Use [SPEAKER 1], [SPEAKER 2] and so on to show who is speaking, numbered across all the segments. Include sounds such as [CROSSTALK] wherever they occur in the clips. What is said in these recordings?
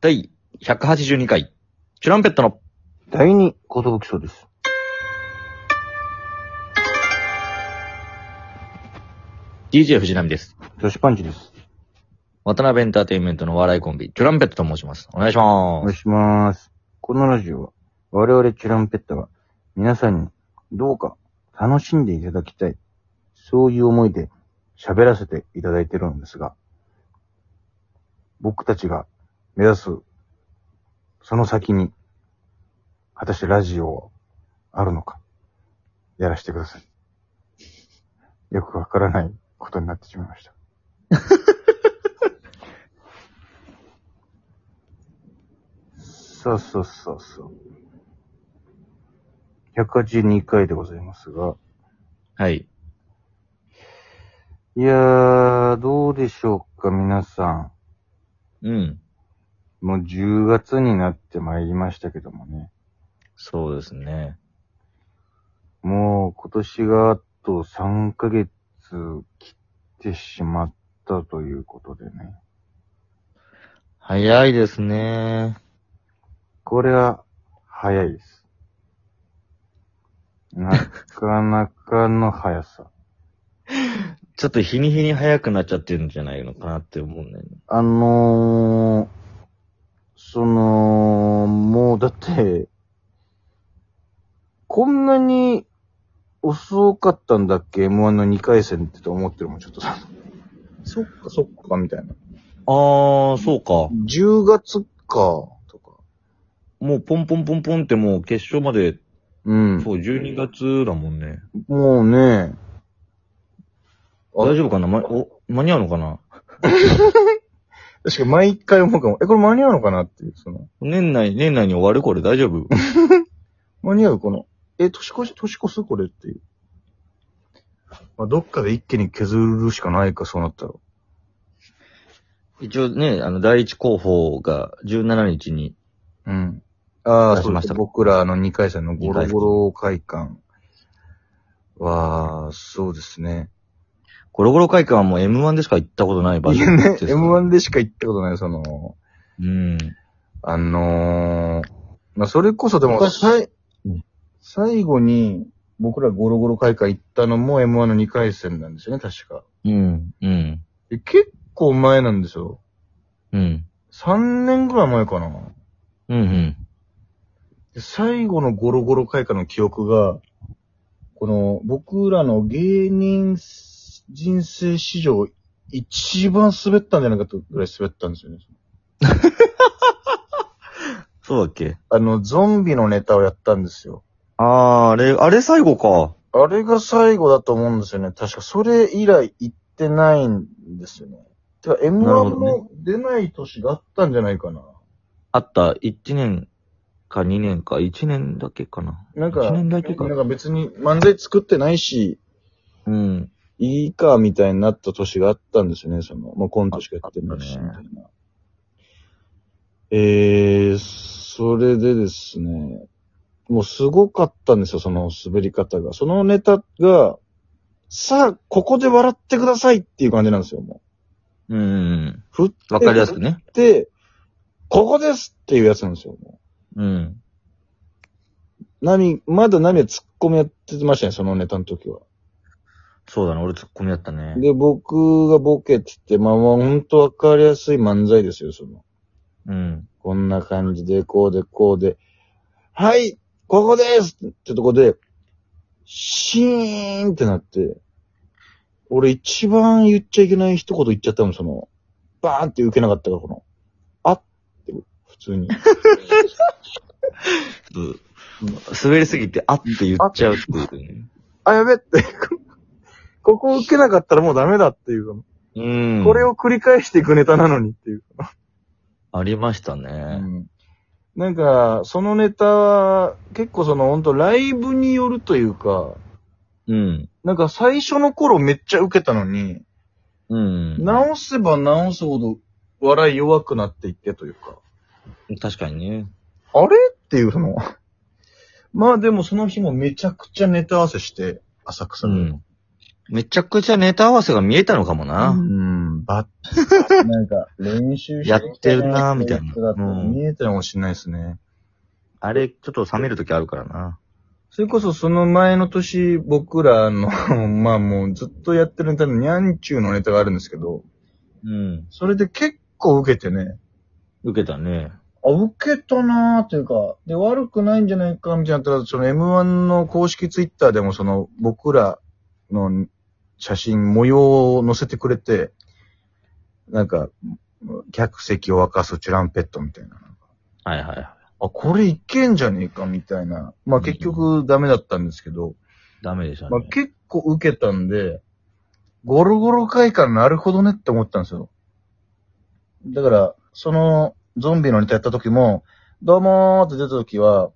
[SPEAKER 1] 第百八十二回、チュランペットの
[SPEAKER 2] 第二高等基礎です。
[SPEAKER 1] DJ 藤波です。
[SPEAKER 2] 女子パンチです。
[SPEAKER 1] 渡辺エンターテインメントのお笑いコンビ、チュランペットと申します。お願いし
[SPEAKER 2] お
[SPEAKER 1] ま
[SPEAKER 2] 願
[SPEAKER 1] す。
[SPEAKER 2] いします。このラジオは、我々チュランペッタが、皆さんにどうか楽しんでいただきたい、そういう思いで喋らせていただいてるんですが、僕たちが目指す、その先に、果たしてラジオはあるのか、やらせてください。よくわからないことになってしまいました。そうそうそうそう。182回でございますが。
[SPEAKER 1] はい。
[SPEAKER 2] いやー、どうでしょうか、皆さ
[SPEAKER 1] うん。
[SPEAKER 2] ん。もう10月になってまいりましたけどもね。
[SPEAKER 1] そうですね。
[SPEAKER 2] もう今年があと3ヶ月切ってしまったということでね。
[SPEAKER 1] 早いですね。
[SPEAKER 2] これは早いです。なかなかの速さ。
[SPEAKER 1] ちょっと日に日に早くなっちゃってるんじゃないのかなって思うんだよね。
[SPEAKER 2] あのー、その、もうだって、こんなに遅かったんだっけ ?M1 の2回戦ってと思ってるもん、ちょっとさ。そっかそっか、みたいな。
[SPEAKER 1] あー、そうか。
[SPEAKER 2] 10月か、とか。
[SPEAKER 1] もうポンポンポンポンってもう決勝まで、
[SPEAKER 2] うん。
[SPEAKER 1] そう、12月だもんね。
[SPEAKER 2] もうね、あ
[SPEAKER 1] 大丈夫かなま、お、間に合うのかな
[SPEAKER 2] 確かに毎回思うかも。え、これ間に合うのかなっていう、その、
[SPEAKER 1] 年内、年内に終わるこれ大丈夫
[SPEAKER 2] 間に合うこの、え、年越し、年越すこれっていう。まあ、どっかで一気に削るしかないか、そうなったら。
[SPEAKER 1] [LAUGHS] 一応ね、あの、第一候補が17日に
[SPEAKER 2] うん。ああ、
[SPEAKER 1] 出し
[SPEAKER 2] そう
[SPEAKER 1] ま
[SPEAKER 2] で
[SPEAKER 1] し
[SPEAKER 2] す
[SPEAKER 1] た
[SPEAKER 2] ね。僕らの2回戦のゴロゴロ会館は、そうですね。
[SPEAKER 1] ゴロゴロ会館はもう M1 でしか行ったことない場
[SPEAKER 2] い
[SPEAKER 1] 所
[SPEAKER 2] やね、
[SPEAKER 1] です、
[SPEAKER 2] M1 でしか行ったことない、その、
[SPEAKER 1] うん。
[SPEAKER 2] あのー、まあ、それこそでも、
[SPEAKER 1] 昔
[SPEAKER 2] さい
[SPEAKER 1] うん
[SPEAKER 2] 最後に僕らゴロゴロ会館行ったのも M1 の2回戦なんですよね、確か。
[SPEAKER 1] うん。うん。
[SPEAKER 2] で結構前なんですよ。
[SPEAKER 1] うん。
[SPEAKER 2] 3年ぐらい前かな。
[SPEAKER 1] うん。うん。
[SPEAKER 2] で最後のゴロゴロ会館の記憶が、この僕らの芸人人生史上一番滑ったんじゃないかとぐらい滑ったんですよね。
[SPEAKER 1] そうだっけ
[SPEAKER 2] あの、ゾンビのネタをやったんですよ。
[SPEAKER 1] あー、あれ、あれ最後か。
[SPEAKER 2] あれが最後だと思うんですよね。確かそれ以来行ってないんですよね。てか M1
[SPEAKER 1] なるほどね
[SPEAKER 2] も出ない年があったんじゃないかな。
[SPEAKER 1] あった、1年か2年か、1年だけかな。
[SPEAKER 2] なんか、
[SPEAKER 1] 1年だ
[SPEAKER 2] なん
[SPEAKER 1] けか。
[SPEAKER 2] か別に漫才作ってないし、
[SPEAKER 1] うん。
[SPEAKER 2] いいか、みたいになった年があったんですよね、その、もうコントしかやってないし、
[SPEAKER 1] あ
[SPEAKER 2] み
[SPEAKER 1] あった
[SPEAKER 2] いな。えー、それでですね、もうすごかったんですよ、その滑り方が。そのネタが、さあ、ここで笑ってくださいっていう感じなんですよ、も
[SPEAKER 1] うんうん
[SPEAKER 2] う。振っ
[SPEAKER 1] うん。わかりやすくね。
[SPEAKER 2] て、ここですっていうやつなんですよ、も
[SPEAKER 1] うん。
[SPEAKER 2] う。何、まだ何突っ込みやってましたね、そのネタの時は。
[SPEAKER 1] そうだね、俺ツッコミだったね。
[SPEAKER 2] で、僕がボケって言って、まあまあ、ほんとわかりやすい漫才ですよ、その。
[SPEAKER 1] うん。
[SPEAKER 2] こんな感じで、こうで、こうで。はいここですってとこで、シーンってなって、俺一番言っちゃいけない一言言っちゃったもん、その、バーンって受けなかったから、この、あって、普通に。
[SPEAKER 1] 滑りすぎて、あって言っちゃうっていうね。
[SPEAKER 2] [LAUGHS] あ、やべって、 [LAUGHS] ここ受けなかったらもうダメだっていう、
[SPEAKER 1] うん。
[SPEAKER 2] これ。を繰り返していくネタなのにっていう。
[SPEAKER 1] ありましたね。
[SPEAKER 2] なんか、そのネタは、結構その、本当ライブによるというか、
[SPEAKER 1] うん。
[SPEAKER 2] なんか最初の頃めっちゃ受けたのに、
[SPEAKER 1] うん。
[SPEAKER 2] 直せば直すほど笑い弱くなっていってというか、
[SPEAKER 1] 確かにね。
[SPEAKER 2] あれっていうその、 [LAUGHS] まあでもその日もめちゃくちゃネタ合わせして、浅草
[SPEAKER 1] う
[SPEAKER 2] で。
[SPEAKER 1] ん。めちゃくちゃネタ合わせが見えたのかもな。
[SPEAKER 2] うんば、なんか、練習
[SPEAKER 1] やってるなーみたいな
[SPEAKER 2] 人だと
[SPEAKER 1] うん
[SPEAKER 2] 見えたかもしれないですね。
[SPEAKER 1] あれ、ちょっと冷める時あるからな。
[SPEAKER 2] それこそその前の年、僕らの、 [LAUGHS] まあもうずっとやってるネタのニャンチューのネタがあるんですけど、
[SPEAKER 1] うん。
[SPEAKER 2] それで結構受けてね、
[SPEAKER 1] 受けたね。
[SPEAKER 2] あ、受けたなーというか、で、悪くないんじゃないかみたいになったら、その M1 の公式ツイッターでもその僕らの写真、模様を載せてくれて、なんか、客席を沸かすチュランペットみたいな。
[SPEAKER 1] はいはいはい。
[SPEAKER 2] あ、これいけんじゃねえかみたいな。まあ結局ダメだったんですけど、
[SPEAKER 1] ダメでしたね。
[SPEAKER 2] まあ結構受けたんで、ゴロゴロ回からなるほどねって思ったんですよ。だから、そのゾンビのネタやった時も、どうもーって出た時は、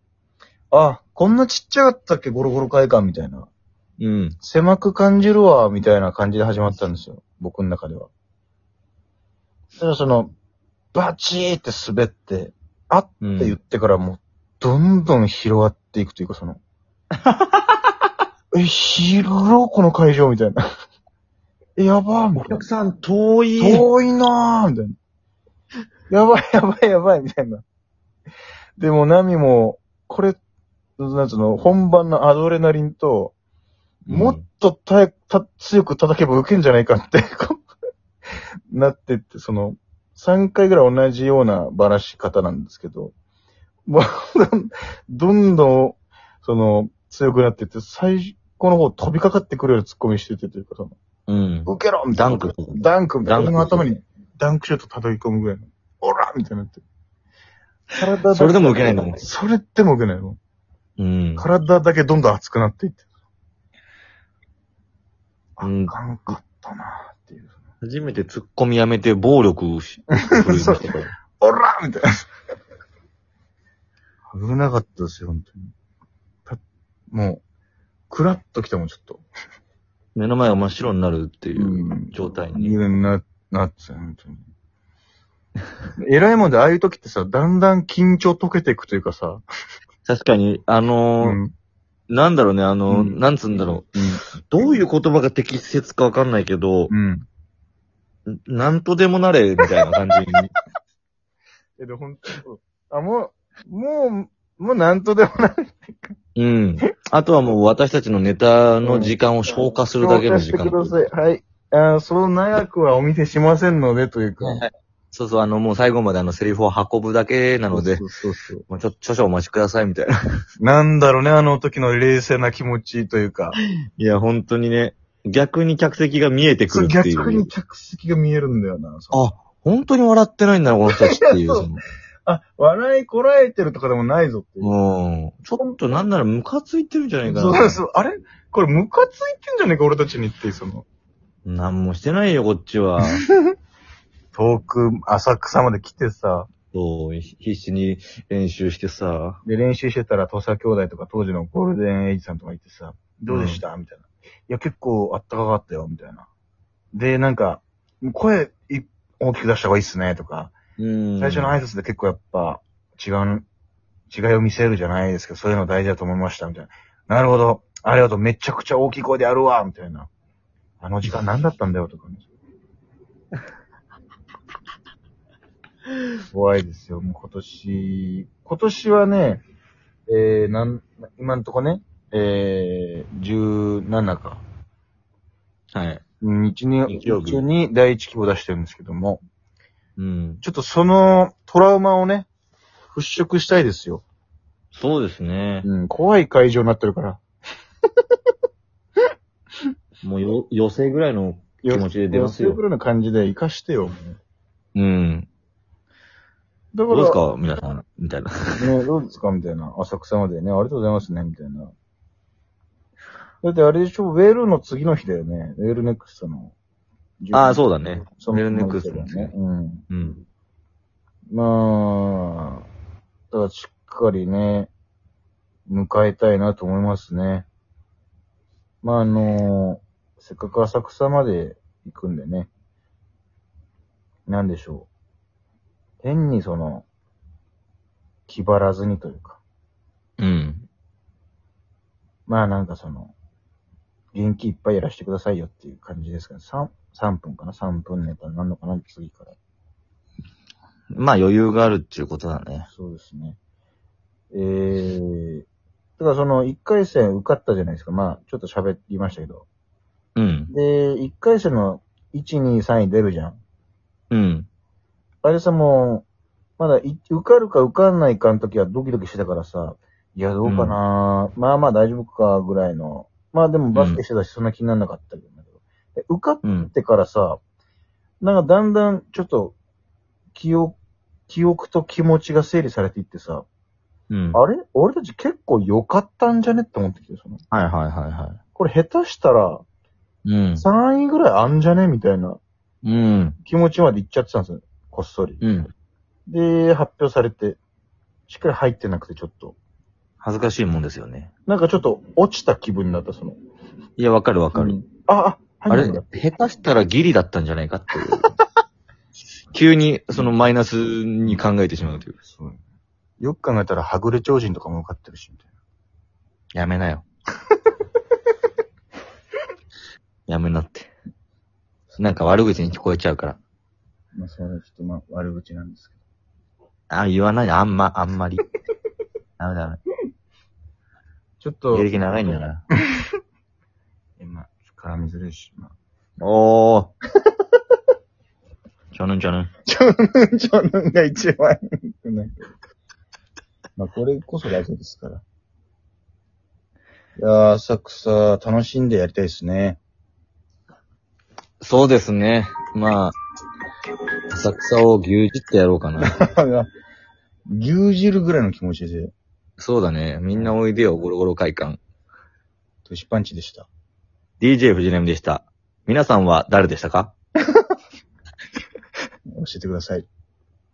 [SPEAKER 2] あ、こんなちっちゃかったっけゴロゴロ回感みたいな。
[SPEAKER 1] うん。
[SPEAKER 2] 狭く感じるわ、みたいな感じで始まったんですよ。僕の中では。ただその、バチーって滑って、あっ
[SPEAKER 1] うん
[SPEAKER 2] って言ってからもう、どんどん広がっていくという
[SPEAKER 1] [LAUGHS]
[SPEAKER 2] か、その、え、広っこの会場みたいな。え、やばー
[SPEAKER 1] お
[SPEAKER 2] みたい
[SPEAKER 1] 客さん遠い。
[SPEAKER 2] な。遠いなーみたいな。やばいやばいやばいみたいな。でも、ナミも、これ、なんつうの、本番のアドレナリンと、
[SPEAKER 1] うん
[SPEAKER 2] もっとたえた強く叩けば受けんじゃないかって、 [LAUGHS] こうなってって、その、3回ぐらい同じようなばらし方なんですけど、もう [LAUGHS] どんどん、その、強くなってって、最後の方飛びかかってくるような突っ込みしててというか、その、
[SPEAKER 1] うん。
[SPEAKER 2] 受けろみたい
[SPEAKER 1] ダ
[SPEAKER 2] な
[SPEAKER 1] ンク
[SPEAKER 2] ダンクみた
[SPEAKER 1] ダ
[SPEAKER 2] いな。
[SPEAKER 1] ンク
[SPEAKER 2] 俺の頭にダンクシュート叩き込むぐらいの。オラみたいになって。体だけ
[SPEAKER 1] それでも受けないんだもん
[SPEAKER 2] それでも受けないの。
[SPEAKER 1] うん。
[SPEAKER 2] 体だけどんどん熱くなっていって。
[SPEAKER 1] うん
[SPEAKER 2] あかんかったなーっていう。
[SPEAKER 1] 初めて突っ込みやめて暴力をし [LAUGHS] 振るいましたから
[SPEAKER 2] おらみたいな。危なかったですよ、本当に。たもう、クラッときたもん、ちょっと。
[SPEAKER 1] 目の前が真っ白になるっていううん状態に。
[SPEAKER 2] な、なってたよ、本当に。偉いもんで、ああいう時ってさ、だんだん緊張解けていくというかさ。
[SPEAKER 1] 確かに、あのー、
[SPEAKER 2] ん。
[SPEAKER 1] なんだろうね、あの
[SPEAKER 2] うん
[SPEAKER 1] ー、なんつうんだろう。どういう言葉が適切かわかんないけど、
[SPEAKER 2] うん。
[SPEAKER 1] なんとでもなれ、みたいな感じに。
[SPEAKER 2] え、で、本当にそうあ、もう、もう、もうなんとでもない。
[SPEAKER 1] うん。あとはもう私たちのネタの時間を消化するだけの時間。
[SPEAKER 2] 紹介してください。はい。あーそう長くはお見せしませんので、というか。
[SPEAKER 1] はいそうそう、あの、もう最後まであの、セリフを運ぶだけなので、
[SPEAKER 2] そうそうそう。
[SPEAKER 1] もうちょっと少々お待ちください、みたいな。
[SPEAKER 2] なんだろうね、あの時の冷静な気持ちというか。
[SPEAKER 1] [LAUGHS] いや、本当にね、逆に客席が見えてくるっていう。
[SPEAKER 2] 逆に客席が見えるんだよな。その
[SPEAKER 1] あ、本当に笑ってないんだな、この人たちってい。
[SPEAKER 2] いうやそ
[SPEAKER 1] [LAUGHS] そうの
[SPEAKER 2] あ、笑いこらえてるとかでもないぞっていう。
[SPEAKER 1] うん。ちょっとなんならムカついてるんじゃないか
[SPEAKER 2] そ
[SPEAKER 1] な。
[SPEAKER 2] うそう。あれこれムカついてんじゃねえか、俺たちにっていう、その。
[SPEAKER 1] なんもしてないよ、こっち [LAUGHS] は。
[SPEAKER 2] 遠く、浅草まで来てさ、
[SPEAKER 1] そう、ひ必死に練習してさ。
[SPEAKER 2] で、練習してたら、土佐兄弟とか当時のゴールデンエイジさんとかいてさ、どうでした、みたいな。いや、結構あったかかったよ、みたいな。で、なんか、声い大きく出した方がいいっすね、とか。
[SPEAKER 1] うん。
[SPEAKER 2] 最初の挨拶で結構やっぱ、違う、違いを見せるじゃないですけど、そういうの大事だと思いました、みたいな。なるほど。ありがとう。めちゃくちゃ大きい声でやるわ、みたいな。あの時間何だったんだよ、とか
[SPEAKER 1] [LAUGHS]
[SPEAKER 2] ね。怖いですよ、もう今年。今年はね、えー、なん、今んとこね、えー、17か。
[SPEAKER 1] はい。
[SPEAKER 2] 日に、
[SPEAKER 1] 日曜日
[SPEAKER 2] 日に第一希望出してるんですけども。
[SPEAKER 1] うん。
[SPEAKER 2] ちょっとそのトラウマをね、払拭したいですよ。
[SPEAKER 1] そうですね。
[SPEAKER 2] うん、怖い会場になってるから。
[SPEAKER 1] もうよ、寄せぐらいの気持ちで出ます
[SPEAKER 2] 寄せ
[SPEAKER 1] よ
[SPEAKER 2] ぐ。らいの感じで活かしてよ。
[SPEAKER 1] うん。
[SPEAKER 2] だか
[SPEAKER 1] どう
[SPEAKER 2] ら、
[SPEAKER 1] ですか皆さん、みたいな。
[SPEAKER 2] ね、どうですかみたいな。浅草までね、ありがとうございますね、みたいな。だってあれでしょ、ウェールの次の日だよね。ウェールネクストの。
[SPEAKER 1] ああ、そうだね。
[SPEAKER 2] その
[SPEAKER 1] ウェールネクストの次
[SPEAKER 2] ね。うん。
[SPEAKER 1] うん。
[SPEAKER 2] まあ、だからしっかりね、迎えたいなと思いますね。まああのせっかく浅草まで行くんでね。なんでしょう。変にその、気張らずにというか。
[SPEAKER 1] うん。
[SPEAKER 2] まあなんかその、元気いっぱいやらせてくださいよっていう感じですかね。三、 3分かな ?3 分ネタになるのかな次から。
[SPEAKER 1] まあ余裕があるっていうことだね。
[SPEAKER 2] そうですね。えー、だからその1回戦受かったじゃないですか。まあ、ちょっと喋りましたけど。
[SPEAKER 1] うん。
[SPEAKER 2] で、1回戦の1、2、3位出るじゃん。
[SPEAKER 1] うん。
[SPEAKER 2] あれさ、もう、まだい受かるか受かんないかの時はドキドキしてたからさ、いや、どうかな、まあまあ大丈夫かぐらいの。まあでもバスケしてたし、そんな気にならなかったけど、で受かっ
[SPEAKER 1] うん。
[SPEAKER 2] てからさ、なんかだんだんちょっと、記憶、記憶と気持ちが整理されていってさ、
[SPEAKER 1] うん。はい
[SPEAKER 2] あれ俺たち結構良かったんじゃねって思ってきて、その、
[SPEAKER 1] はいはいは
[SPEAKER 2] これ下手したら
[SPEAKER 1] い。うん。
[SPEAKER 2] 3位ぐらいあんじゃねみたいな
[SPEAKER 1] うん。
[SPEAKER 2] 気持ちまでいっちゃってたんですよ。こっそり。
[SPEAKER 1] うん。
[SPEAKER 2] で、発表されて、しっかり入ってなくてちょっと。
[SPEAKER 1] 恥ずかしいもんですよね。
[SPEAKER 2] なんかちょっと落ちた気分になった、その。
[SPEAKER 1] いや、わかるわか
[SPEAKER 2] う
[SPEAKER 1] る。
[SPEAKER 2] んあ、あ、
[SPEAKER 1] あ
[SPEAKER 2] 入
[SPEAKER 1] れ、
[SPEAKER 2] んな
[SPEAKER 1] 下
[SPEAKER 2] い
[SPEAKER 1] 手したらギリだったんじゃないかっていう。 [LAUGHS] 急に、そのマイナスに考えてしまうという。
[SPEAKER 2] そうよく考えたら、はぐれ超人とかも受かってるし、みたいな。
[SPEAKER 1] やめな [LAUGHS] よ。やめなって。なんか悪口に聞こえちゃうから。
[SPEAKER 2] まあ、それはちょっとまあ、悪口なんですけど。
[SPEAKER 1] あ、言わないであんま、あんま [LAUGHS] り。ダメダメ。
[SPEAKER 2] ちょっと。
[SPEAKER 1] 芸歴長いんだから。
[SPEAKER 2] え、まあ、絡みづらいし、まあ。
[SPEAKER 1] おー。 [LAUGHS] ちょぬんちょぬん。
[SPEAKER 2] [LAUGHS] ジョヌンが一番いない。まあ、これこそラジオですから。いやー、浅草、楽しんでやりたいですね。 [LAUGHS]
[SPEAKER 1] そうですね。まあ、浅草を牛耳ってやろうか [LAUGHS] な。
[SPEAKER 2] 牛汁ぐらいの気持ちで、
[SPEAKER 1] そうだね。みんなおいでよ、ゴロゴロ会館。
[SPEAKER 2] トシパンチでした。
[SPEAKER 1] DJ 藤波でした。皆さんは誰でしたか
[SPEAKER 2] 教えてください。